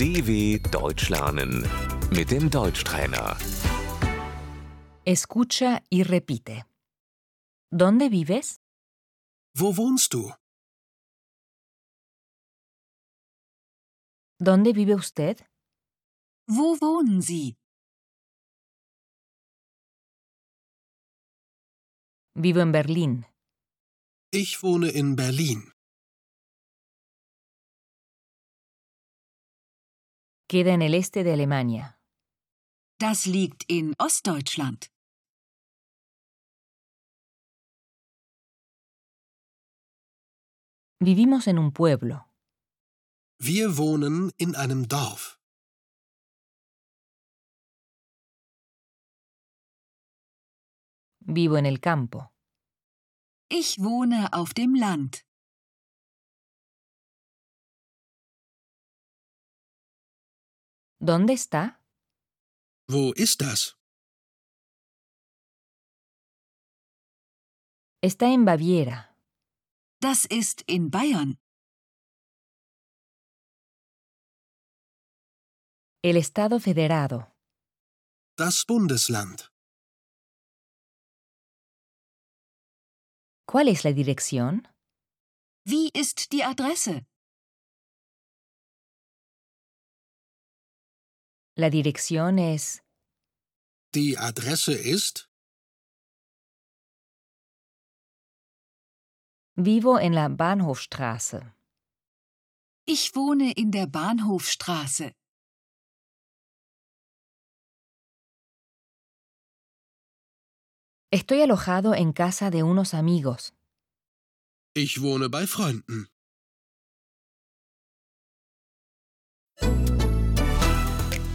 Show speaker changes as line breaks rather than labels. DW Deutsch lernen mit dem Deutschtrainer.
Escucha y repite. ¿Dónde vives?
Wo wohnst du?
¿Dónde vive usted?
Wo wohnen Sie?
Vivo en Berlín.
Ich wohne in Berlin.
Queda en el este de Alemania.
Das liegt in Ostdeutschland.
Vivimos en un pueblo.
Wir wohnen in einem Dorf.
Vivo en el campo.
Ich wohne auf dem Land.
¿Dónde está?
Wo ist das?
Está en Baviera.
Das ist in Bayern.
El Estado Federado.
Das Bundesland.
¿Cuál es la dirección?
Wie ist die Adresse?
La dirección es...
Die Adresse ist
Vivo en la Bahnhofstraße.
Ich wohne in der Bahnhofstraße.
Estoy alojado en casa de unos amigos.
Ich wohne bei Freunden.